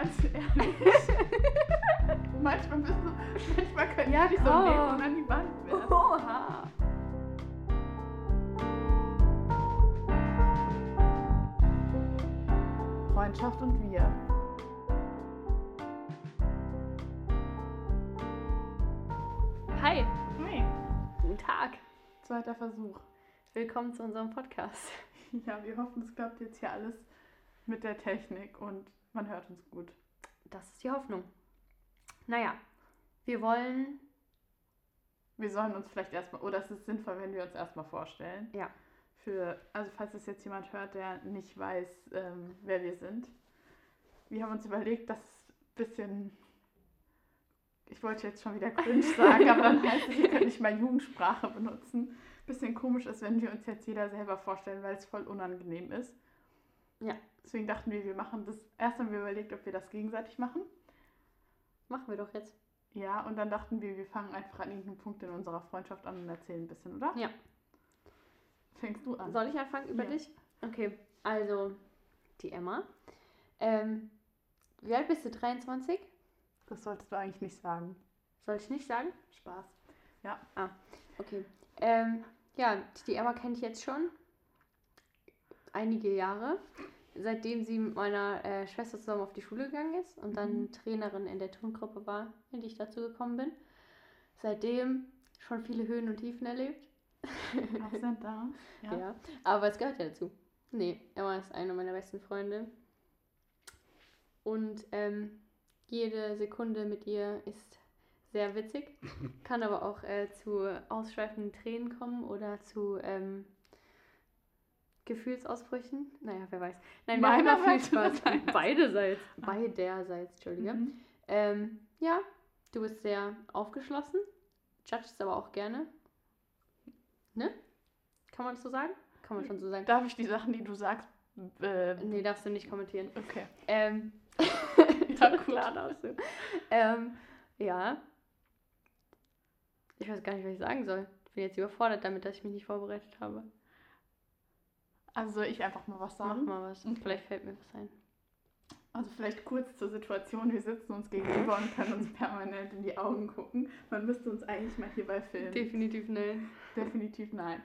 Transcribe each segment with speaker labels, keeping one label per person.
Speaker 1: ehrlich. manchmal, bist du, manchmal können
Speaker 2: Ja,
Speaker 1: ja, die so
Speaker 2: komm.
Speaker 1: nehmen und an die Wand werfen.
Speaker 2: Oha.
Speaker 1: Freundschaft und wir.
Speaker 2: Hi,
Speaker 1: Nee,
Speaker 2: guten Tag.
Speaker 1: zweiter Versuch.
Speaker 2: Willkommen zu unserem Podcast.
Speaker 1: Ja, wir hoffen, es klappt jetzt hier alles mit der Technik und man hört uns gut.
Speaker 2: Das ist die Hoffnung. Naja, wir wollen
Speaker 1: Wir sollen uns vielleicht erstmal, oder es ist sinnvoll, wenn wir uns erstmal vorstellen.
Speaker 2: Ja.
Speaker 1: Für, also falls es jetzt jemand hört, der nicht weiß, ähm, wer wir sind. Wir haben uns überlegt, dass es ein bisschen, ich wollte jetzt schon wieder cringe sagen, aber dann heißt es, wir können nicht mal Jugendsprache benutzen. Bisschen komisch ist, wenn wir uns jetzt jeder selber vorstellen, weil es voll unangenehm ist.
Speaker 2: Ja.
Speaker 1: Deswegen dachten wir, wir machen das. Erst haben wir überlegt, ob wir das gegenseitig machen.
Speaker 2: Machen wir doch jetzt.
Speaker 1: Ja, und dann dachten wir, wir fangen einfach an irgendeinem Punkt in unserer Freundschaft an und erzählen ein bisschen, oder?
Speaker 2: Ja.
Speaker 1: Fängst du an?
Speaker 2: Soll ich anfangen über
Speaker 1: Ja.
Speaker 2: dich? Okay, also die Emma. Ähm, wie alt bist du? 23?
Speaker 1: Das solltest du eigentlich nicht sagen.
Speaker 2: Soll ich nicht sagen?
Speaker 1: Spaß.
Speaker 2: Okay. Ähm, ja, die Emma kenne ich jetzt schon einige Jahre, seitdem sie mit meiner äh, Schwester zusammen auf die Schule gegangen ist und dann
Speaker 1: Mhm.
Speaker 2: Trainerin in der Turngruppe war, in die ich dazu gekommen bin. Seitdem schon viele Höhen und Tiefen erlebt.
Speaker 1: Ups and downs. Ja.
Speaker 2: Ja. Aber es gehört ja dazu. Nee, Emma ist eine meiner besten Freunde. Und ähm, jede Sekunde mit ihr ist sehr witzig, kann aber auch äh, zu ausschweifenden Tränen kommen oder zu ähm, Gefühlsausbrüchen. Naja, wer weiß. Nein, Ah. wir haben immer viel Spaß.
Speaker 1: Meinerseits oder deiner-
Speaker 2: Beiderseits. Beiderseits, Entschuldige.
Speaker 1: Mhm.
Speaker 2: Ähm, ja, du bist sehr aufgeschlossen, judgest aber auch gerne. Ne? Kann man das so sagen? Kann man schon so sagen.
Speaker 1: Darf ich die Sachen, die du sagst, äh,
Speaker 2: Nee, darfst du nicht kommentieren.
Speaker 1: okay.
Speaker 2: Ähm,
Speaker 1: Ja, gut.
Speaker 2: klar darfst du. Ähm, ja. Ich weiß gar nicht, was ich sagen soll. Ich bin jetzt überfordert damit, dass ich mich nicht vorbereitet habe.
Speaker 1: Also soll ich einfach mal was
Speaker 2: Mach
Speaker 1: sagen?
Speaker 2: mal was.
Speaker 1: Okay.
Speaker 2: Vielleicht fällt mir was ein.
Speaker 1: Also vielleicht kurz zur Situation. Wir sitzen uns gegenüber und können uns permanent in die Augen gucken. Man müsste uns eigentlich mal hierbei
Speaker 2: Ähm.
Speaker 1: filmen.
Speaker 2: Definitiv nein.
Speaker 1: Definitiv nein.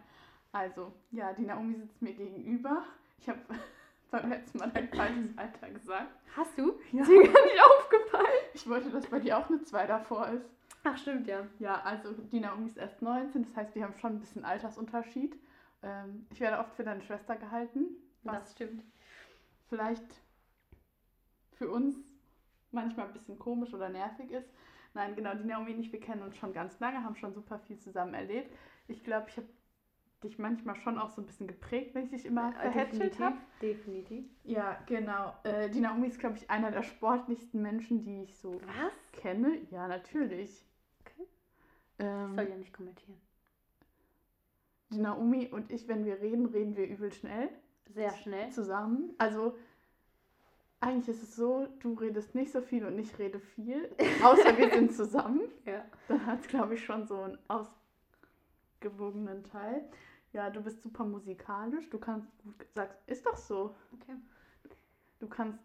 Speaker 1: Also, ja, die Naomi sitzt mir gegenüber. Ich habe beim letzten Mal ein falsches Alter gesagt.
Speaker 2: Hast du?
Speaker 1: Ja.
Speaker 2: Deswegen gar nicht aufgefallen.
Speaker 1: Ich wollte, dass bei dir auch eine 2 davor ist.
Speaker 2: Ach, stimmt, ja.
Speaker 1: Ja, also die Naomi ist erst 19, das heißt, wir haben schon ein bisschen Altersunterschied. Ähm, ich werde oft für deine Schwester gehalten, was
Speaker 2: Das stimmt.
Speaker 1: vielleicht für uns manchmal ein bisschen komisch oder nervig ist. Nein, genau, die Naomi und ich, wir kennen uns schon ganz lange, haben schon super viel zusammen erlebt. Ich glaube, ich habe dich manchmal schon auch so ein bisschen geprägt, wenn ich dich immer verhätschelt habe.
Speaker 2: Äh, Definitiv.
Speaker 1: Ja, genau. Äh, die Naomi ist, glaube ich, einer der sportlichsten Menschen, die ich so
Speaker 2: Was?
Speaker 1: kenne. Ja, natürlich.
Speaker 2: Okay. Ich
Speaker 1: Ähm,
Speaker 2: soll ja nicht kommentieren.
Speaker 1: die Naomi und ich, wenn wir reden, reden wir übel schnell
Speaker 2: Sehr schnell.
Speaker 1: zusammen. Also eigentlich ist es so, du redest nicht so viel und ich rede viel, außer wir sind zusammen.
Speaker 2: Ja.
Speaker 1: Dann hat es, glaube ich, schon so einen ausgewogenen Teil. Ja, du bist super musikalisch, du kannst gut, sagst, ist doch so.
Speaker 2: Okay.
Speaker 1: Du kannst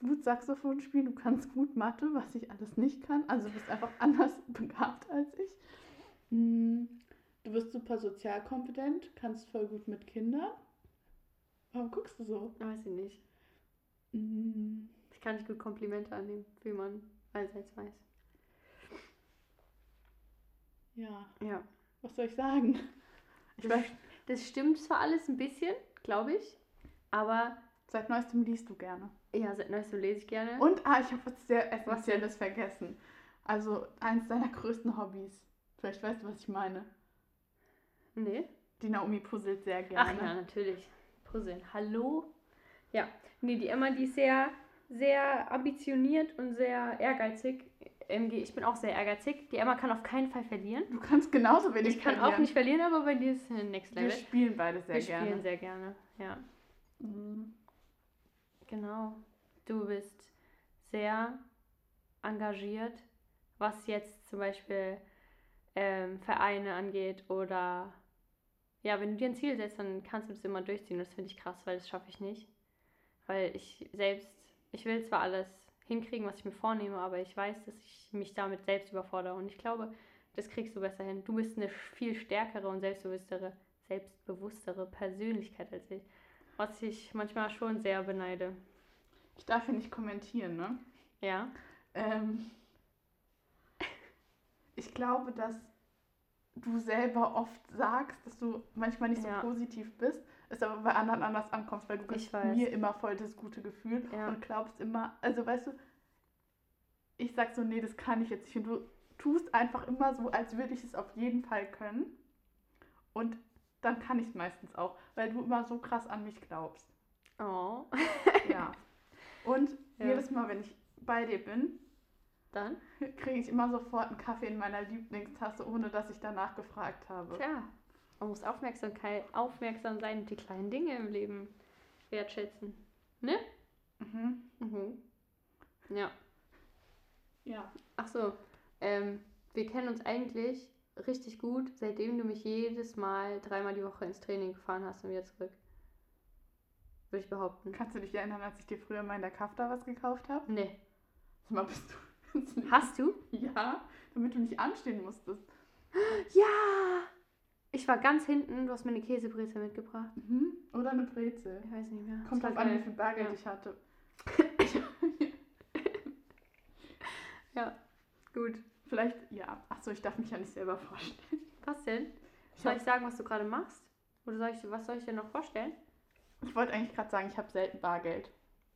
Speaker 1: gut Saxophon spielen, du kannst gut Mathe, was ich alles nicht kann. Also du bist einfach anders begabt als ich. Mm, Du bist super sozialkompetent, kannst voll gut mit Kindern. Warum guckst du so?
Speaker 2: Weiß ich nicht.
Speaker 1: Mm,
Speaker 2: Ich kann nicht gut Komplimente annehmen, wie man allseits weiß.
Speaker 1: Ja,
Speaker 2: Ja.
Speaker 1: was soll ich sagen? Ich
Speaker 2: Das-
Speaker 1: weiß,
Speaker 2: Das stimmt zwar alles ein bisschen, glaube ich, aber
Speaker 1: seit neuestem liest du gerne.
Speaker 2: ja, seit neuestem lese ich gerne.
Speaker 1: Und, ah, ich habe was sehr Essentielles vergessen. Also, eins deiner größten Hobbys. Vielleicht weißt du, was ich meine.
Speaker 2: Nee?
Speaker 1: Die Naomi puzzelt sehr
Speaker 2: Ach
Speaker 1: gerne.
Speaker 2: ja, natürlich. Puzzeln. Hallo? Ja. Nee, die Emma, die ist sehr, sehr ambitioniert und sehr ehrgeizig. MG, ich bin auch sehr ehrgeizig. Die Emma kann auf keinen Fall verlieren.
Speaker 1: Du kannst genauso wenig
Speaker 2: Ich kann
Speaker 1: verlieren.
Speaker 2: auch nicht verlieren, aber bei dir ist äh, Next
Speaker 1: Wir
Speaker 2: Level.
Speaker 1: spielen beide sehr
Speaker 2: Wir
Speaker 1: gerne.
Speaker 2: spielen sehr gerne. Ja.
Speaker 1: Mhm.
Speaker 2: Genau. Du bist sehr engagiert, was jetzt zum Beispiel ähm, Vereine angeht oder ja, wenn du dir ein Ziel setzt, dann kannst du das immer durchziehen. Das finde ich krass, weil das schaffe ich nicht. Weil ich selbst, ich will zwar alles hinkriegen, was ich mir vornehme, aber ich weiß, dass ich mich damit selbst überfordere. Und ich glaube, das kriegst du besser hin. Du bist eine viel stärkere und selbstbewusstere, selbstbewusstere Persönlichkeit als ich. Was ich manchmal schon sehr beneide.
Speaker 1: Ich darf hier nicht kommentieren, ne?
Speaker 2: Ja.
Speaker 1: Ähm, ich glaube, dass du selber oft sagst, dass du manchmal nicht so
Speaker 2: Ja.
Speaker 1: positiv bist, es aber bei anderen anders ankommst, weil du
Speaker 2: Ich
Speaker 1: gibst
Speaker 2: weiß.
Speaker 1: mir immer voll das gute Gefühl
Speaker 2: Ja.
Speaker 1: und glaubst immer, also weißt du, ich sag so, nee, das kann ich jetzt nicht. Und du tust einfach immer so, als würde ich es auf jeden Fall können. Und dann kann ich es meistens auch, weil du immer so krass an mich glaubst.
Speaker 2: Oh.
Speaker 1: Ja. Und
Speaker 2: Ja.
Speaker 1: jedes Mal, wenn ich bei dir bin,
Speaker 2: Dann?
Speaker 1: kriege ich immer sofort einen Kaffee in meiner Lieblingstasse, ohne dass ich danach gefragt habe.
Speaker 2: Tja. Man muss Aufmerksamkeit, aufmerksam sein und die kleinen Dinge im Leben wertschätzen.
Speaker 1: Mhm.
Speaker 2: Mhm. Ja.
Speaker 1: Ja.
Speaker 2: Ach so, ähm, wir kennen uns eigentlich richtig gut, seitdem du mich jedes Mal dreimal die Woche ins Training gefahren hast und wieder zurück. Würde ich behaupten.
Speaker 1: Kannst du dich erinnern, als ich dir früher mal in der Kafta was gekauft habe?
Speaker 2: Nee.
Speaker 1: Sag Mal bist du. ins Leben-
Speaker 2: Hast du?
Speaker 1: Ja, damit du nicht anstehen musstest.
Speaker 2: Ja! Ich war ganz hinten, du hast mir eine Käsebreze mitgebracht.
Speaker 1: Mhm. Oder eine Brezel.
Speaker 2: Ich weiß nicht mehr.
Speaker 1: Kommt
Speaker 2: Das
Speaker 1: drauf
Speaker 2: war
Speaker 1: an, wie
Speaker 2: geil.
Speaker 1: viel Bargeld
Speaker 2: Ja.
Speaker 1: ich hatte.
Speaker 2: Gut.
Speaker 1: Vielleicht, ja. Achso, ich darf mich ja nicht selber vorstellen.
Speaker 2: Was denn?
Speaker 1: Ich,
Speaker 2: Soll
Speaker 1: hab,
Speaker 2: ich sagen, was du gerade machst? Oder soll ich, was soll ich dir noch vorstellen?
Speaker 1: ich wollte eigentlich gerade sagen, ich habe selten Bargeld.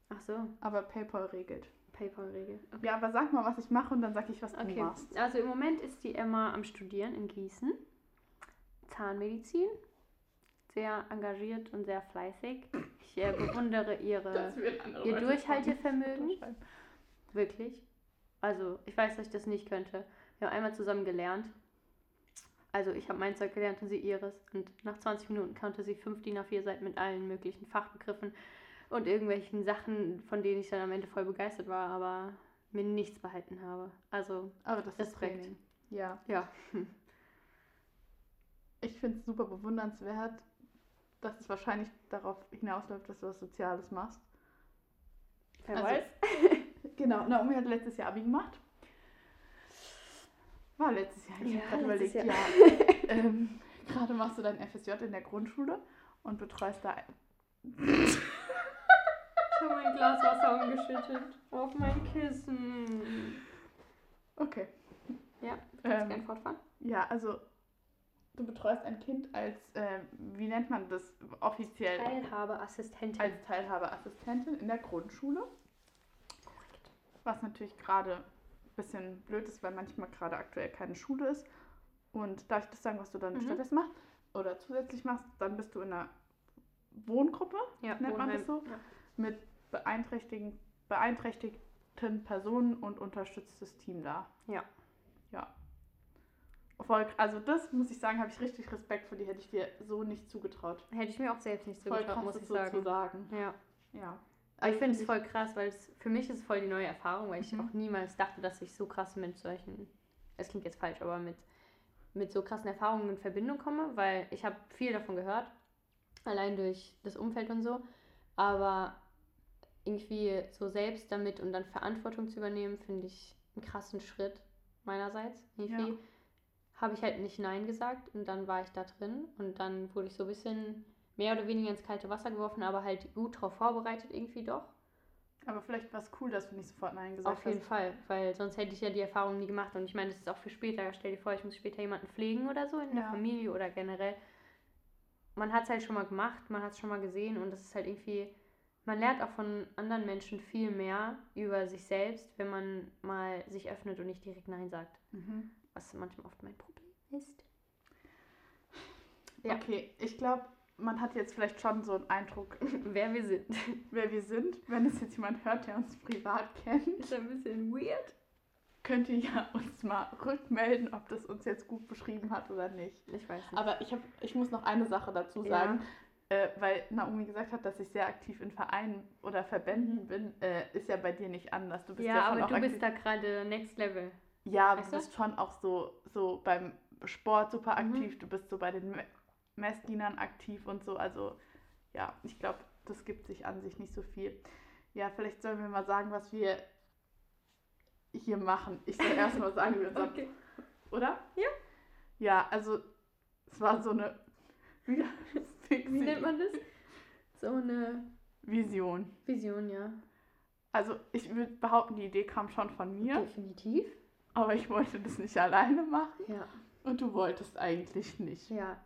Speaker 2: Ach so,
Speaker 1: Aber PayPal regelt.
Speaker 2: PayPal-Regel. Okay.
Speaker 1: Ja, aber sag mal, was ich mache und dann sag ich, was du
Speaker 2: Okay,
Speaker 1: machst.
Speaker 2: also im Moment ist die Emma am Studieren in Gießen. Zahnmedizin. Sehr engagiert und sehr fleißig. Ich äh, bewundere ihre.
Speaker 1: wird andere
Speaker 2: Ihr
Speaker 1: Leute
Speaker 2: Durchhaltevermögen?
Speaker 1: unterschreiben.
Speaker 2: Wirklich. Also, ich weiß, dass ich das nicht könnte. Wir haben einmal zusammen gelernt. Also, ich habe mein Zeug gelernt und sie ihres. Und nach 20 Minuten kannte sie fünf DIN A4 Seiten mit allen möglichen Fachbegriffen und irgendwelchen Sachen, von denen ich dann am Ende voll begeistert war, aber mir nichts behalten habe. Also,
Speaker 1: Aber das ist
Speaker 2: Respekt.
Speaker 1: Training. Ja.
Speaker 2: ja.
Speaker 1: Ich finde es super bewundernswert, dass es wahrscheinlich darauf hinausläuft, dass du was Soziales machst.
Speaker 2: Wer
Speaker 1: Also, Genau, Naomi hat letztes Jahr Abi gemacht. War letztes Jahr, ich
Speaker 2: Ja,
Speaker 1: habe gerade
Speaker 2: letztes
Speaker 1: überlegt, ja. ähm, gerade machst du dein FSJ in der Grundschule und betreust da.
Speaker 2: Ich habe mein Glas Wasser umgeschüttet auf mein Kissen.
Speaker 1: Okay.
Speaker 2: Ja, Kannst
Speaker 1: Ähm,
Speaker 2: gerne fortfahren?
Speaker 1: ja, also du betreust ein Kind als, ähm, wie nennt man das offiziell?
Speaker 2: Teilhabeassistentin.
Speaker 1: Als Teilhabeassistentin in der Grundschule.
Speaker 2: Korrekt.
Speaker 1: Was natürlich gerade ein bisschen blöd ist, weil manchmal gerade aktuell keine Schule ist. Und darf ich das sagen, was du dann
Speaker 2: Mhm.
Speaker 1: stattdessen machst oder zusätzlich machst, dann bist du in einer Wohngruppe
Speaker 2: Ja,
Speaker 1: Nennt man
Speaker 2: Wohnheim.
Speaker 1: das so?
Speaker 2: Ja.
Speaker 1: mit beeinträchtigen, beeinträchtigten Personen und unterstützt das Team da.
Speaker 2: Ja.
Speaker 1: Ja. Voll, also das muss ich sagen, habe ich richtig Respekt vor dir, hätte ich dir so nicht zugetraut.
Speaker 2: Hätte ich mir auch selbst nicht so
Speaker 1: Voll
Speaker 2: getraut,
Speaker 1: krass,
Speaker 2: muss
Speaker 1: das
Speaker 2: ich
Speaker 1: so zu
Speaker 2: sagen.
Speaker 1: sagen.
Speaker 2: Ja.
Speaker 1: Ja.
Speaker 2: Aber Also ich finde es voll krass, weil es für mich ist es voll die neue Erfahrung, weil ich
Speaker 1: Mhm.
Speaker 2: auch niemals dachte, dass ich so krass mit solchen, es klingt jetzt falsch, aber mit, mit so krassen Erfahrungen in Verbindung komme, weil ich habe viel davon gehört, allein durch das Umfeld und so, aber irgendwie so selbst damit und dann Verantwortung zu übernehmen, finde ich einen krassen Schritt meinerseits. Irgendwie
Speaker 1: Ja.
Speaker 2: habe ich halt nicht Nein gesagt und dann war ich da drin und dann wurde ich so ein bisschen mehr oder weniger ins kalte Wasser geworfen, aber halt gut darauf vorbereitet irgendwie doch.
Speaker 1: Aber vielleicht war es cool, dass du nicht sofort Nein gesagt
Speaker 2: Auf jeden
Speaker 1: hast.
Speaker 2: Fall, weil sonst hätte ich ja die Erfahrung nie gemacht und ich meine, das ist auch für später. Stell dir vor, ich muss später jemanden pflegen oder so in der
Speaker 1: Ja.
Speaker 2: Familie oder generell. Man hat es halt schon mal gemacht, man hat es schon mal gesehen und das ist halt irgendwie, man lernt auch von anderen Menschen viel mehr über sich selbst, wenn man mal sich öffnet und nicht direkt Nein sagt,
Speaker 1: Mhm.
Speaker 2: was manchmal oft mein Problem ist. Ja.
Speaker 1: Okay, ich glaube, man hat jetzt vielleicht schon so einen Eindruck,
Speaker 2: Wer wir sind.
Speaker 1: wer wir sind. Wenn es jetzt jemand hört, der uns privat kennt,
Speaker 2: Ist ein bisschen weird.
Speaker 1: könnt ihr ja uns mal rückmelden, ob das uns jetzt gut beschrieben hat oder nicht.
Speaker 2: Ich weiß nicht.
Speaker 1: Aber ich, hab, ich muss noch eine Sache dazu
Speaker 2: Genau. Ja.
Speaker 1: sagen, äh, weil Naomi gesagt hat, dass ich sehr aktiv in Vereinen oder Verbänden bin, äh, ist ja bei dir nicht anders. Du bist ja,
Speaker 2: Mhm. ja,
Speaker 1: schon
Speaker 2: aber
Speaker 1: auch
Speaker 2: du
Speaker 1: aktiv.
Speaker 2: bist da gerade next level.
Speaker 1: ja, aber du
Speaker 2: Weißt du?
Speaker 1: bist schon auch so, so beim Sport super
Speaker 2: Mhm.
Speaker 1: aktiv, du bist so bei den Me- Messdienern aktiv und so. Also ja, ich glaube, das gibt sich an sich nicht so viel. Ja, vielleicht sollen wir mal sagen, was wir hier machen? Ich soll erstmal sagen, wie unser
Speaker 2: Okay.
Speaker 1: Oder?
Speaker 2: Ja.
Speaker 1: Ja, also es war so eine wie,
Speaker 2: Wie nennt man das? So eine
Speaker 1: Vision.
Speaker 2: Vision, ja.
Speaker 1: Also ich würde behaupten, die Idee kam schon von mir,
Speaker 2: Definitiv.
Speaker 1: aber ich wollte das nicht alleine machen
Speaker 2: Ja.
Speaker 1: und du wolltest eigentlich nicht.
Speaker 2: Ja.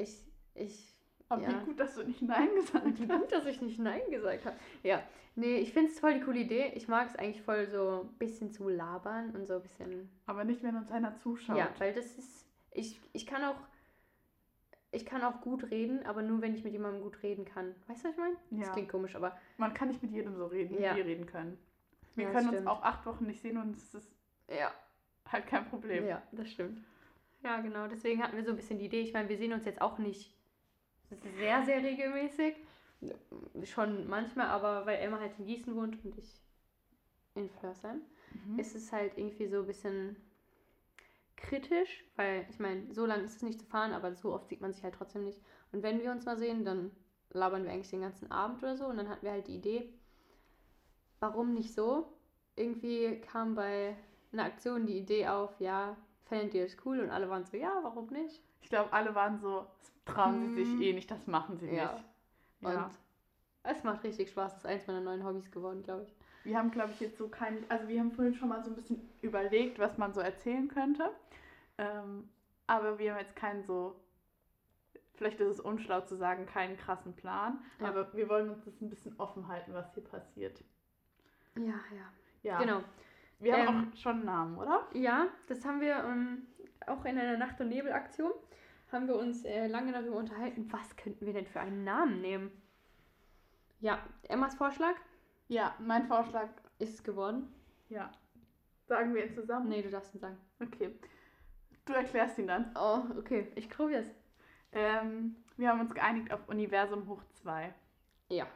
Speaker 2: Ich, ich
Speaker 1: Aber
Speaker 2: Ja.
Speaker 1: wie gut, dass du nicht Nein gesagt hast.
Speaker 2: Gut, dass ich nicht Nein gesagt habe. Ja, nee, ich finde es voll die coole Idee. Ich mag es eigentlich voll so ein bisschen zu labern und so ein bisschen.
Speaker 1: Aber nicht, wenn uns einer zuschaut.
Speaker 2: Ja, weil das ist. Ich, ich kann auch. Ich kann auch gut reden, aber nur wenn ich mit jemandem gut reden kann. Weißt du, was ich meine? Das
Speaker 1: Ja.
Speaker 2: klingt komisch, aber
Speaker 1: Man kann nicht mit jedem so reden,
Speaker 2: Ja.
Speaker 1: wie wir reden können. Wir
Speaker 2: Ja, das
Speaker 1: können uns
Speaker 2: stimmt.
Speaker 1: auch acht Wochen nicht sehen und es ist
Speaker 2: ja,
Speaker 1: halt kein Problem.
Speaker 2: ja, das stimmt. Ja, genau. Deswegen hatten wir so ein bisschen die Idee. Ich meine, wir sehen uns jetzt auch nicht sehr, sehr regelmäßig. Schon manchmal, aber weil Emma halt in Gießen wohnt und ich in Flörsheim.
Speaker 1: Mhm.
Speaker 2: ist es halt irgendwie so ein bisschen kritisch, weil ich meine, so lange ist es nicht zu fahren, aber so oft sieht man sich halt trotzdem nicht. Und wenn wir uns mal sehen, dann labern wir eigentlich den ganzen Abend oder so. Und dann hatten wir halt die Idee, warum nicht so? Irgendwie kam bei einer Aktion die Idee auf, ja, fändet ihr es cool? Und alle waren so, ja, warum nicht?
Speaker 1: Ich glaube, alle waren so, das trauen sie
Speaker 2: Hm.
Speaker 1: sich eh nicht, das machen sie
Speaker 2: Ja.
Speaker 1: nicht.
Speaker 2: Und
Speaker 1: Ja.
Speaker 2: es macht richtig Spaß. Das ist eins meiner neuen Hobbys geworden, glaube ich.
Speaker 1: Wir haben, glaube ich, jetzt so keinen. Also, wir haben vorhin schon mal so ein bisschen überlegt, was man so erzählen könnte. Ähm, aber wir haben jetzt keinen so. Vielleicht ist es unschlau zu sagen, keinen krassen Plan.
Speaker 2: Ja.
Speaker 1: Aber wir wollen uns das ein bisschen offen halten, was hier passiert.
Speaker 2: Ja, ja.
Speaker 1: Ja.
Speaker 2: Genau.
Speaker 1: Wir haben
Speaker 2: Ähm,
Speaker 1: auch schon einen Namen, oder?
Speaker 2: Ja, das haben wir ähm, auch in einer Nacht- und Nebel-Aktion, haben wir uns äh, lange darüber unterhalten, was könnten wir denn für einen Namen nehmen. Ja, Emmas Vorschlag
Speaker 1: Ja, mein Vorschlag.
Speaker 2: ist es geworden.
Speaker 1: Ja. Sagen wir ihn zusammen?
Speaker 2: Nee, du darfst ihn sagen.
Speaker 1: Okay. Du erklärst ihn dann.
Speaker 2: Oh, okay, ich probier's.
Speaker 1: Ähm, wir haben uns geeinigt auf Universum hoch 2.
Speaker 2: Ja.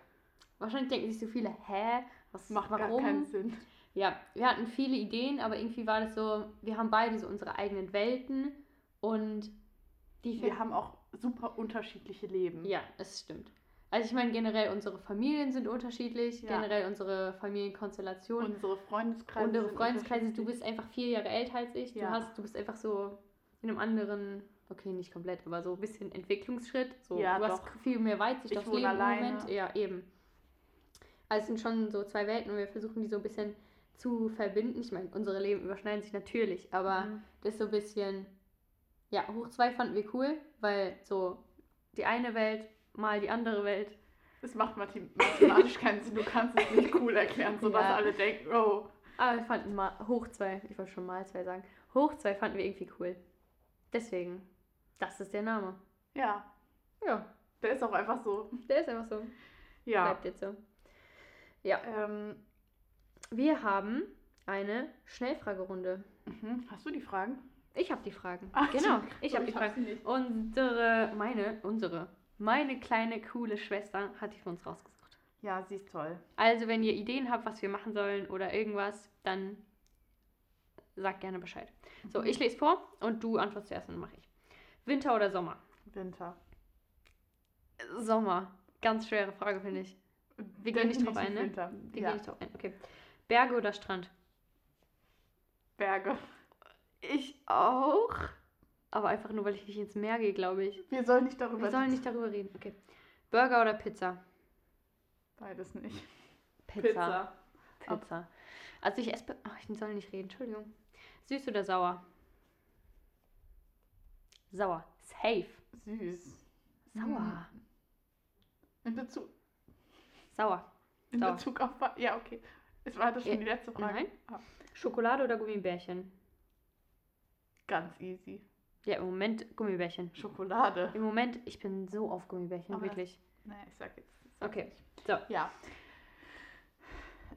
Speaker 2: Wahrscheinlich denken sich so viele, hä, was
Speaker 1: Macht
Speaker 2: warum?
Speaker 1: gar keinen Sinn.
Speaker 2: Ja, wir hatten viele Ideen, aber irgendwie war das so, wir haben beide so unsere eigenen Welten und die
Speaker 1: Wir haben auch super unterschiedliche Leben.
Speaker 2: Ja, es stimmt. Also ich meine generell unsere Familien sind unterschiedlich,
Speaker 1: Ja.
Speaker 2: generell unsere Familienkonstellationen,
Speaker 1: Unsere Freundeskreise.
Speaker 2: unsere
Speaker 1: sind
Speaker 2: Freundeskreise. Du bist einfach vier Jahre älter als ich. Du
Speaker 1: Ja.
Speaker 2: hast, du bist einfach so in einem anderen, okay, nicht komplett, aber so ein bisschen Entwicklungsschritt. So,
Speaker 1: Ja,
Speaker 2: du hast
Speaker 1: doch.
Speaker 2: viel mehr Weitsicht
Speaker 1: Ich
Speaker 2: aufs
Speaker 1: wohne
Speaker 2: Leben
Speaker 1: alleine.
Speaker 2: im Moment. Ja, eben. Also es sind schon so zwei Welten und wir versuchen die so ein bisschen zu verbinden. Ich meine, unsere Leben überschneiden sich natürlich, aber
Speaker 1: Mhm.
Speaker 2: das ist so ein bisschen. Ja, hoch zwei fanden wir cool, weil so die eine Welt mal die andere Welt.
Speaker 1: Es macht mathem- mathematisch keinen Sinn. Du kannst es nicht cool erklären, sodass
Speaker 2: Ja.
Speaker 1: alle denken, oh.
Speaker 2: Aber wir fanden mal hoch zwei, ich wollte schon mal zwei sagen. Hoch zwei fanden wir irgendwie cool. Deswegen, das ist der Name.
Speaker 1: Ja,
Speaker 2: Ja,
Speaker 1: der ist auch einfach so.
Speaker 2: der ist einfach so.
Speaker 1: Ja.
Speaker 2: Bleibt jetzt so.
Speaker 1: Ähm,
Speaker 2: Wir haben eine Schnellfragerunde.
Speaker 1: mhm. Hast du die Fragen?
Speaker 2: Ich habe die Fragen.
Speaker 1: Ach,
Speaker 2: genau, ich habe die
Speaker 1: hab
Speaker 2: Fragen.
Speaker 1: sie nicht.
Speaker 2: Unsere, meine, unsere, meine kleine coole Schwester hat die für uns rausgesucht.
Speaker 1: Ja, sie ist toll.
Speaker 2: Also, wenn ihr Ideen habt, was wir machen sollen oder irgendwas, dann sagt gerne Bescheid. So, ich lese vor und du antwortest zuerst und dann mache ich. Winter oder Sommer?
Speaker 1: Winter.
Speaker 2: Sommer. Ganz schwere Frage, finde ich. Wir gehen nicht drauf ein, ne?
Speaker 1: Winter.
Speaker 2: Wir
Speaker 1: ja.
Speaker 2: gehen nicht drauf ein. Okay. Berge oder Strand?
Speaker 1: Berge.
Speaker 2: Ich auch. Aber einfach nur, weil ich nicht ins Meer gehe, glaube ich.
Speaker 1: Wir sollen nicht darüber
Speaker 2: Wir sollen nicht darüber reden. Okay. Burger oder Pizza?
Speaker 1: Beides nicht.
Speaker 2: Pizza. Pizza. Also ich esse. Oh, ich soll nicht reden, Entschuldigung. Süß oder sauer? Sauer. Safe.
Speaker 1: Süß.
Speaker 2: Sauer.
Speaker 1: In Bezug,
Speaker 2: Sauer.
Speaker 1: in
Speaker 2: Sauer.
Speaker 1: Bezug auf. wa- Ja, okay. Es war das schon
Speaker 2: Ja,
Speaker 1: die letzte Frage.
Speaker 2: Nein.
Speaker 1: Ah.
Speaker 2: Schokolade oder Gummibärchen?
Speaker 1: Ganz easy.
Speaker 2: Ja, im Moment Gummibärchen.
Speaker 1: Schokolade.
Speaker 2: Im Moment, ich bin so auf Gummibärchen,
Speaker 1: Aber das-
Speaker 2: wirklich.
Speaker 1: Nein, ich sag jetzt. ich sag
Speaker 2: Okay.
Speaker 1: nicht.
Speaker 2: So,
Speaker 1: Ja.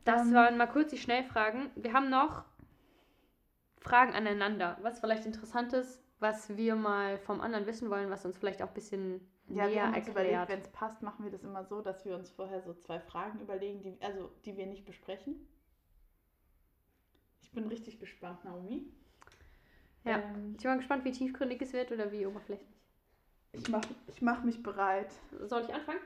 Speaker 2: das
Speaker 1: Ähm,
Speaker 2: waren mal kurz die Schnellfragen. Wir haben noch Fragen aneinander. Was vielleicht interessant ist, was wir mal vom anderen wissen wollen, was uns vielleicht auch ein bisschen
Speaker 1: Ja, wir
Speaker 2: näher
Speaker 1: haben uns überlegt,
Speaker 2: erklärt.
Speaker 1: wenn es passt, machen wir das immer so, dass wir uns vorher so zwei Fragen überlegen, die, also, die wir nicht besprechen. Ich bin richtig gespannt, Naomi.
Speaker 2: Ja.
Speaker 1: Ähm,
Speaker 2: ich bin mal gespannt, wie tiefgründig es wird oder wie oberflächlich.
Speaker 1: ich mache ich mach mich bereit.
Speaker 2: Soll ich anfangen?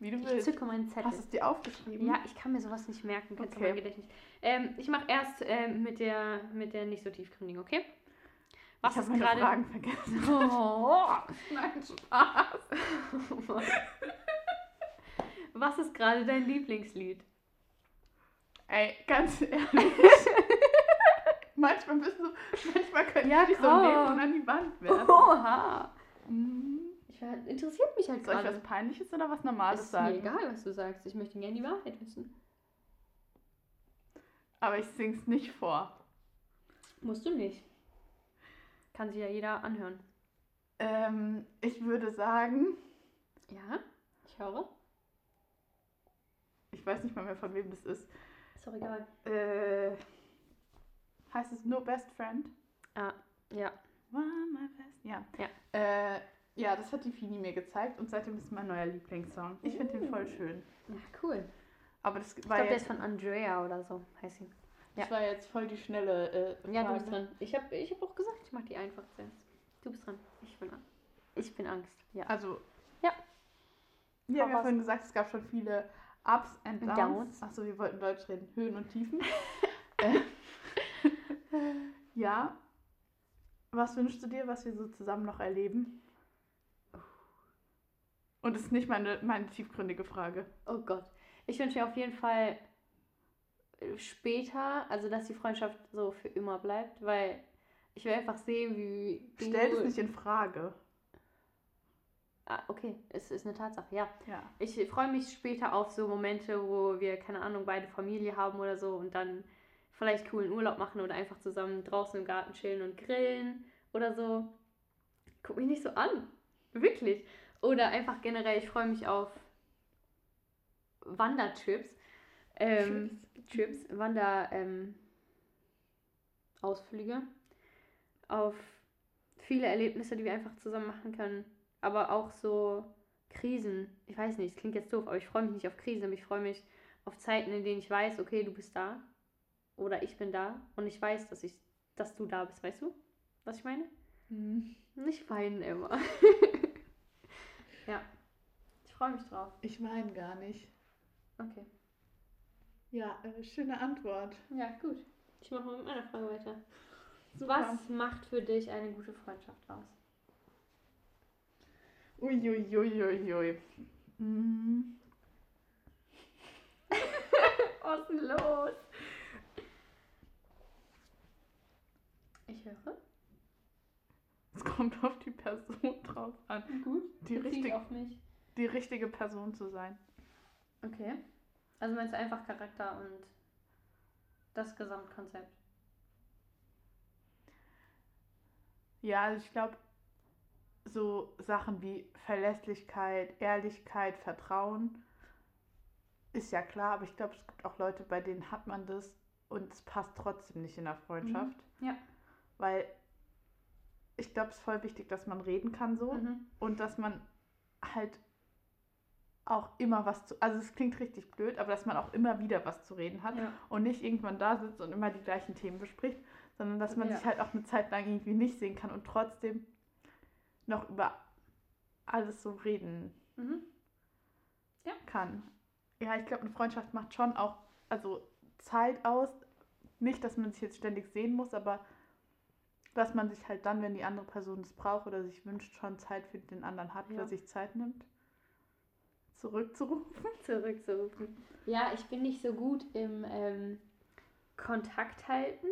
Speaker 1: Wie du
Speaker 2: Ich
Speaker 1: willst.
Speaker 2: zücke meinen Zettel.
Speaker 1: Hast du es dir aufgeschrieben?
Speaker 2: Ja, ich kann mir sowas nicht merken, kannst
Speaker 1: Okay.
Speaker 2: du mein Gedächtnis. Ähm, ich mache erst ähm, mit, der, mit der nicht so tiefgründigen, okay? Was
Speaker 1: ich
Speaker 2: ist
Speaker 1: habe meine
Speaker 2: gerade.
Speaker 1: Fragen vergessen.
Speaker 2: Oh,
Speaker 1: Nein, Spaß.
Speaker 2: Mann. Was ist gerade dein Lieblingslied?
Speaker 1: Ey, ganz ehrlich. manchmal bist du, manchmal könnte
Speaker 2: Ja,
Speaker 1: ich dich so
Speaker 2: komm.
Speaker 1: nehmen und an die Wand werfen.
Speaker 2: Oha!
Speaker 1: Mhm.
Speaker 2: Ich war, interessiert mich halt
Speaker 1: Soll ich
Speaker 2: gerade.
Speaker 1: was Peinliches oder was
Speaker 2: Es
Speaker 1: Normales
Speaker 2: ist mir
Speaker 1: sagen?
Speaker 2: egal, was du sagst. Ich möchte gerne die Wahrheit wissen.
Speaker 1: Aber ich sing's nicht vor.
Speaker 2: Musst du nicht. Kann sich ja jeder anhören.
Speaker 1: Ähm, ich würde sagen,
Speaker 2: Ja? Ich höre.
Speaker 1: ich weiß nicht mal mehr, von wem das ist.
Speaker 2: Ist doch egal.
Speaker 1: Äh, heißt es No Best Friend?
Speaker 2: Ah, Ja.
Speaker 1: One my best. Ja.
Speaker 2: Ja.
Speaker 1: Äh, ja, das hat die Fini mir gezeigt und seitdem ist es mein neuer Lieblingssong. Ich finde den voll
Speaker 2: Uh.
Speaker 1: schön.
Speaker 2: Ja, cool.
Speaker 1: Aber das
Speaker 2: Ich
Speaker 1: war,
Speaker 2: glaube, der ist
Speaker 1: jetzt,
Speaker 2: von Andrea oder so, heißt sie.
Speaker 1: das war jetzt voll die schnelle äh, Frage.
Speaker 2: Ja, du bist dran. Ich habe ich hab auch gesagt, ich mache die einfach zuerst. Du bist dran. Ich bin, an- ich bin Angst. Ja.
Speaker 1: Also.
Speaker 2: Ja.
Speaker 1: Wir haben
Speaker 2: Hau
Speaker 1: ja
Speaker 2: raus.
Speaker 1: vorhin gesagt, es gab schon viele Ups and
Speaker 2: Und
Speaker 1: Downs.
Speaker 2: Downs.
Speaker 1: Achso, wir wollten Deutsch reden. Höhen und Tiefen. Äh, ja. Was wünschst du dir, was wir so zusammen noch erleben? Und das ist nicht meine, meine tiefgründige Frage.
Speaker 2: Oh Gott. Ich wünsche mir auf jeden Fall äh, später, also dass die Freundschaft so für immer bleibt, weil ich will einfach sehen, wie. du-
Speaker 1: Stell das nicht in Frage.
Speaker 2: Ah, okay, es ist eine Tatsache, ja.
Speaker 1: Ja.
Speaker 2: Ich freue mich später auf so Momente, wo wir, keine Ahnung, beide Familie haben oder so und dann vielleicht coolen Urlaub machen oder einfach zusammen draußen im Garten chillen und grillen oder so. Guck mich nicht so an. Wirklich. Oder einfach generell, ich freue mich auf Wandertrips. Ähm, Trips, Wander, ähm, Ausflüge. Auf viele Erlebnisse, die wir einfach zusammen machen können. Aber auch so Krisen. Ich weiß nicht, es klingt jetzt doof, aber ich freue mich nicht auf Krisen, aber ich freue mich auf Zeiten, in denen ich weiß, okay, du bist da. Oder ich bin da. Und ich weiß, dass ich, dass du da bist. Weißt du, was ich meine?
Speaker 1: Hm.
Speaker 2: Nicht weinen immer. ja. Ich freue mich drauf.
Speaker 1: Ich meine gar nicht.
Speaker 2: Okay.
Speaker 1: Ja, äh, schöne Antwort.
Speaker 2: Ja, gut. Ich mache mal mit meiner Frage weiter.
Speaker 1: Super.
Speaker 2: Was macht für dich eine gute Freundschaft aus?
Speaker 1: Uiuiuiuiui. Hm.
Speaker 2: Was ist denn los? Ich höre.
Speaker 1: Es kommt auf die Person drauf an.
Speaker 2: Gut.
Speaker 1: Die, richtig,
Speaker 2: auf mich.
Speaker 1: die richtige Person zu sein.
Speaker 2: Okay. Also meinst du einfach Charakter und das Gesamtkonzept?
Speaker 1: Ja, also ich glaube, so Sachen wie Verlässlichkeit, Ehrlichkeit, Vertrauen ist ja klar, aber ich glaube, es gibt auch Leute, bei denen hat man das und es passt trotzdem nicht in der Freundschaft.
Speaker 2: Mhm, Ja.
Speaker 1: Weil ich glaube, es ist voll wichtig, dass man reden kann so
Speaker 2: Mhm.
Speaker 1: und dass man halt auch immer was zu, also es klingt richtig blöd, aber dass man auch immer wieder was zu reden hat.
Speaker 2: Ja.
Speaker 1: und nicht irgendwann da sitzt und immer die gleichen Themen bespricht, sondern dass man
Speaker 2: Ja.
Speaker 1: sich halt auch eine Zeit lang irgendwie nicht sehen kann und trotzdem noch über alles so reden
Speaker 2: Mhm.
Speaker 1: kann. Ja, ich glaube, eine Freundschaft macht schon auch also Zeit aus. Nicht, dass man sich jetzt ständig sehen muss, aber dass man sich halt dann, wenn die andere Person es braucht oder sich wünscht, schon Zeit für den anderen hat
Speaker 2: Ja.
Speaker 1: oder sich Zeit nimmt, zurückzurufen.
Speaker 2: Zurückzurufen. Ja, ich bin nicht so gut im ähm, Kontakt halten.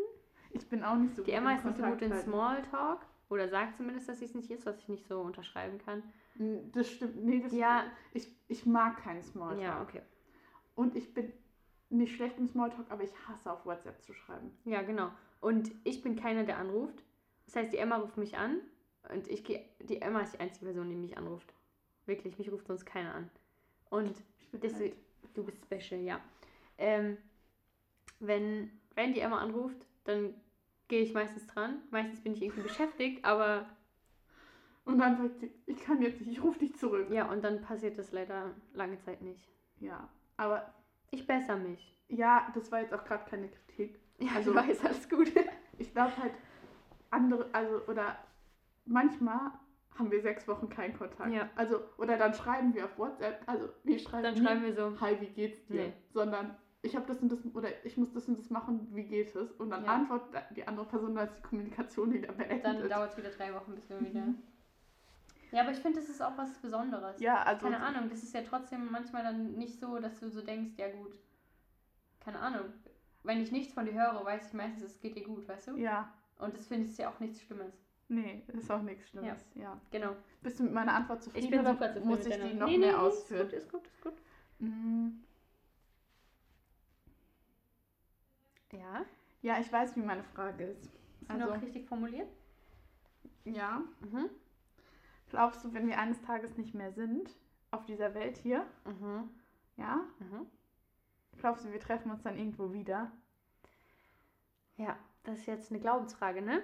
Speaker 1: Ich bin auch nicht so
Speaker 2: Die Emma
Speaker 1: im
Speaker 2: ist nicht so gut
Speaker 1: Kontakt
Speaker 2: in
Speaker 1: halten.
Speaker 2: Smalltalk. Oder sagt zumindest, dass sie es nicht ist, was ich nicht so unterschreiben kann.
Speaker 1: Das stimmt. Nee, das
Speaker 2: Ja,
Speaker 1: Ich, ich mag keinen Smalltalk.
Speaker 2: ja, okay.
Speaker 1: Und ich bin nicht schlecht im Smalltalk, aber ich hasse auf WhatsApp zu schreiben.
Speaker 2: Ja, genau. Und ich bin keiner, der anruft. Das heißt, die Emma ruft mich an und ich gehe. Die Emma ist die einzige Person, die mich anruft. Wirklich, mich ruft sonst keiner an. Und
Speaker 1: Ich bin
Speaker 2: Das-
Speaker 1: halt-
Speaker 2: Du bist special, ja. Ähm, wenn, wenn die Emma anruft, dann gehe ich meistens dran. Meistens bin ich irgendwie beschäftigt, aber
Speaker 1: halt Und dann sagt sie, ich kann jetzt nicht, ich rufe dich zurück.
Speaker 2: ja, und dann passiert das leider lange Zeit nicht.
Speaker 1: Ja, aber
Speaker 2: Ich bessere mich.
Speaker 1: ja, das war jetzt auch gerade keine Kritik.
Speaker 2: Ja,
Speaker 1: Also-
Speaker 2: also, ich weiß, alles gut.
Speaker 1: Ich glaube halt, andere, also, oder manchmal haben wir sechs Wochen keinen Kontakt.
Speaker 2: Ja.
Speaker 1: Also, oder dann schreiben wir auf WhatsApp, also wir schreiben,
Speaker 2: Dann
Speaker 1: nie,
Speaker 2: schreiben wir so.
Speaker 1: hi, wie geht's dir?
Speaker 2: Nee.
Speaker 1: Sondern ich habe das und das oder ich muss das und das machen, wie geht es? Und dann
Speaker 2: Ja.
Speaker 1: antwortet die andere Person, dann ist die Kommunikation wieder beendet.
Speaker 2: Dann dauert es wieder drei Wochen, bis wir wieder. Ja, aber ich finde, das ist auch was Besonderes.
Speaker 1: ja, also
Speaker 2: Keine Ahnung, das ist ja trotzdem manchmal dann nicht so, dass du so denkst, ja gut, keine Ahnung. Wenn ich nichts von dir höre, weiß ich meistens, es geht dir gut, weißt du?
Speaker 1: Ja,
Speaker 2: Und das finde ich ja auch nichts Schlimmes.
Speaker 1: nee, ist auch nichts Schlimmes. Ja.
Speaker 2: Genau.
Speaker 1: Bist du mit meiner Antwort zufrieden?
Speaker 2: Ich bin
Speaker 1: oder
Speaker 2: super zufrieden.
Speaker 1: Muss
Speaker 2: mit
Speaker 1: ich
Speaker 2: deiner-
Speaker 1: die noch
Speaker 2: Nee, nee,
Speaker 1: mehr
Speaker 2: nee,
Speaker 1: ausführen?
Speaker 2: Ist gut, ist gut, ist gut.
Speaker 1: Mm,
Speaker 2: Ja.
Speaker 1: Ja, ich weiß, wie meine Frage ist.
Speaker 2: Ist also.
Speaker 1: Also,
Speaker 2: noch richtig formuliert?
Speaker 1: ja.
Speaker 2: Mhm.
Speaker 1: Glaubst du, wenn wir eines Tages nicht mehr sind, auf dieser Welt hier,
Speaker 2: Mhm.
Speaker 1: ja,
Speaker 2: Mhm.
Speaker 1: glaubst du, wir treffen uns dann irgendwo wieder?
Speaker 2: Ja, das ist jetzt eine Glaubensfrage, ne?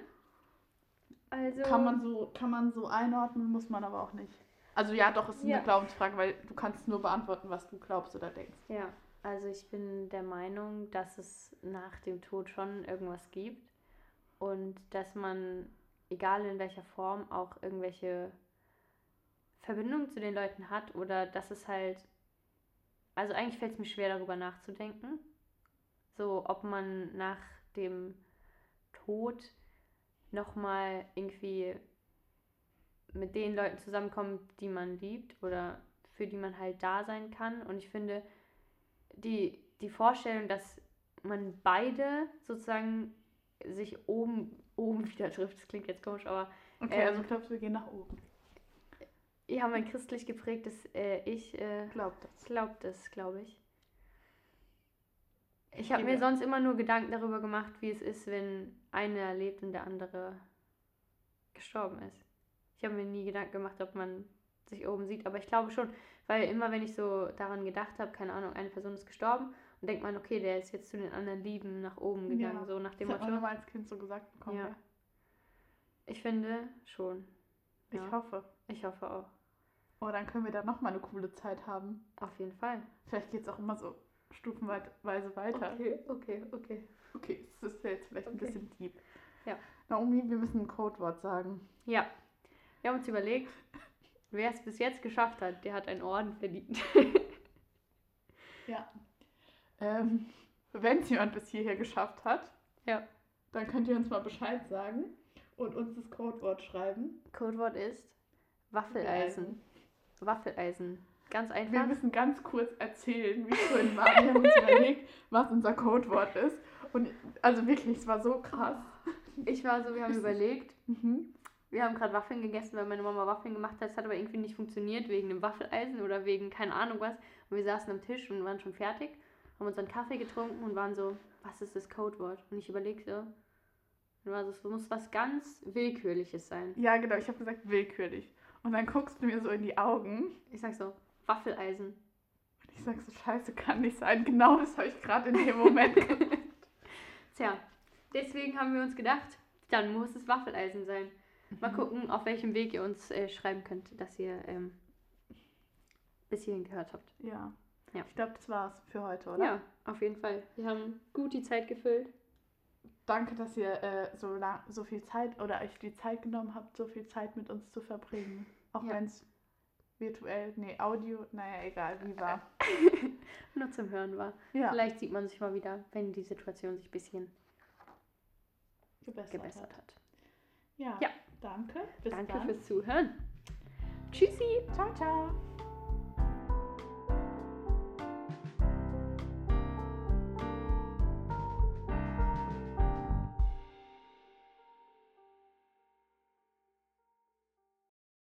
Speaker 2: Also.
Speaker 1: Kann man so, kann man so einordnen, muss man aber auch nicht. Also ja, doch, es ist
Speaker 2: Ja.
Speaker 1: eine Glaubensfrage, weil du kannst nur beantworten, was du glaubst oder denkst.
Speaker 2: Ja, also ich bin der Meinung, dass es nach dem Tod schon irgendwas gibt und dass man, egal in welcher Form, auch irgendwelche Verbindungen zu den Leuten hat oder dass es halt, also eigentlich fällt es mir schwer darüber nachzudenken, so ob man nach dem Tod nochmal irgendwie mit den Leuten zusammenkommt, die man liebt oder für die man halt da sein kann. Und ich finde, die, die Vorstellung, dass man beide sozusagen sich oben, oben wieder trifft, das klingt jetzt komisch, aber
Speaker 1: Okay,
Speaker 2: Ähm.
Speaker 1: also glaubst du, wir gehen nach oben.
Speaker 2: ja, mein christlich geprägtes äh, Ich äh,
Speaker 1: Glaubt das.
Speaker 2: glaubt es, glaube ich. Ich
Speaker 1: Ich
Speaker 2: habe mir
Speaker 1: gebe-
Speaker 2: sonst immer nur Gedanken darüber gemacht, wie es ist, wenn einer lebt und der andere gestorben ist. Ich habe mir nie Gedanken gemacht, ob man sich oben sieht, aber ich glaube schon, weil immer wenn ich so daran gedacht habe, keine Ahnung, eine Person ist gestorben und denkt man, okay, der ist jetzt zu den anderen Lieben nach oben gegangen,
Speaker 1: Ja,
Speaker 2: so nach dem
Speaker 1: das hat man
Speaker 2: Motto.
Speaker 1: immer als Kind so gesagt bekommen.
Speaker 2: Ja.
Speaker 1: Ja.
Speaker 2: Ich finde schon.
Speaker 1: Ich
Speaker 2: Ja.
Speaker 1: hoffe.
Speaker 2: Ich hoffe auch.
Speaker 1: Oh, dann können wir da nochmal eine coole Zeit haben.
Speaker 2: Auf jeden Fall.
Speaker 1: Vielleicht geht es auch immer so stufenweise weiter. Okay,
Speaker 2: okay, okay.
Speaker 1: das ist ja jetzt vielleicht ein
Speaker 2: Okay.
Speaker 1: bisschen deep.
Speaker 2: Ja.
Speaker 1: Naomi, wir müssen ein Codewort sagen.
Speaker 2: Ja, wir haben uns überlegt, wer es bis jetzt geschafft hat, der hat einen Orden verdient.
Speaker 1: Ähm, Wenn es jemand bis hierher geschafft hat,
Speaker 2: Ja.
Speaker 1: dann könnt ihr uns mal Bescheid sagen und uns das Codewort schreiben.
Speaker 2: Codewort ist Waffeleisen. Waffeleisen. Ganz
Speaker 1: Wir
Speaker 2: einfach.
Speaker 1: müssen ganz kurz erzählen, wie es vorhin war. Wir haben uns überlegt, was unser Codewort ist. Und also wirklich, es war so krass.
Speaker 2: Ich war so, wir haben überlegt,
Speaker 1: Mhm.
Speaker 2: wir haben gerade Waffeln gegessen, weil meine Mama Waffeln gemacht hat. Es hat aber irgendwie nicht funktioniert wegen dem Waffeleisen oder wegen keine Ahnung was. Und wir saßen am Tisch und waren schon fertig, haben unseren Kaffee getrunken und waren so, was ist das Codewort? Und ich überlegte, dann war so, es muss was ganz Willkürliches sein.
Speaker 1: Ja, genau, ich habe gesagt, willkürlich. Und dann guckst du mir so in die Augen
Speaker 2: Ich sag so, Waffeleisen.
Speaker 1: Ich sag so, scheiße, kann nicht sein. Genau das habe ich gerade in dem Moment gemacht.
Speaker 2: Tja, deswegen haben wir uns gedacht, dann muss es Waffeleisen sein. Mal gucken, auf welchem Weg ihr uns äh, schreiben könnt, dass ihr ähm, bis hierhin gehört habt.
Speaker 1: Ja.
Speaker 2: Ja.
Speaker 1: Ich glaube, das war's für heute, oder?
Speaker 2: Ja, auf jeden Fall. Wir haben gut die Zeit gefüllt.
Speaker 1: Danke, dass ihr äh, so, lang, so viel Zeit oder euch die Zeit genommen habt, so viel Zeit mit uns zu verbringen. Auch
Speaker 2: Ja.
Speaker 1: wenn es virtuell, nee, Audio, naja, egal, wie war.
Speaker 2: Nur zum Hören war.
Speaker 1: Ja,
Speaker 2: Vielleicht sieht man sich mal wieder, wenn die Situation sich ein bisschen
Speaker 1: gebessert.
Speaker 2: gebessert hat.
Speaker 1: Ja.
Speaker 2: Ja.
Speaker 1: Danke. Bis
Speaker 2: Danke
Speaker 1: dann.
Speaker 2: fürs Zuhören. Tschüssi!
Speaker 1: Ciao, ciao.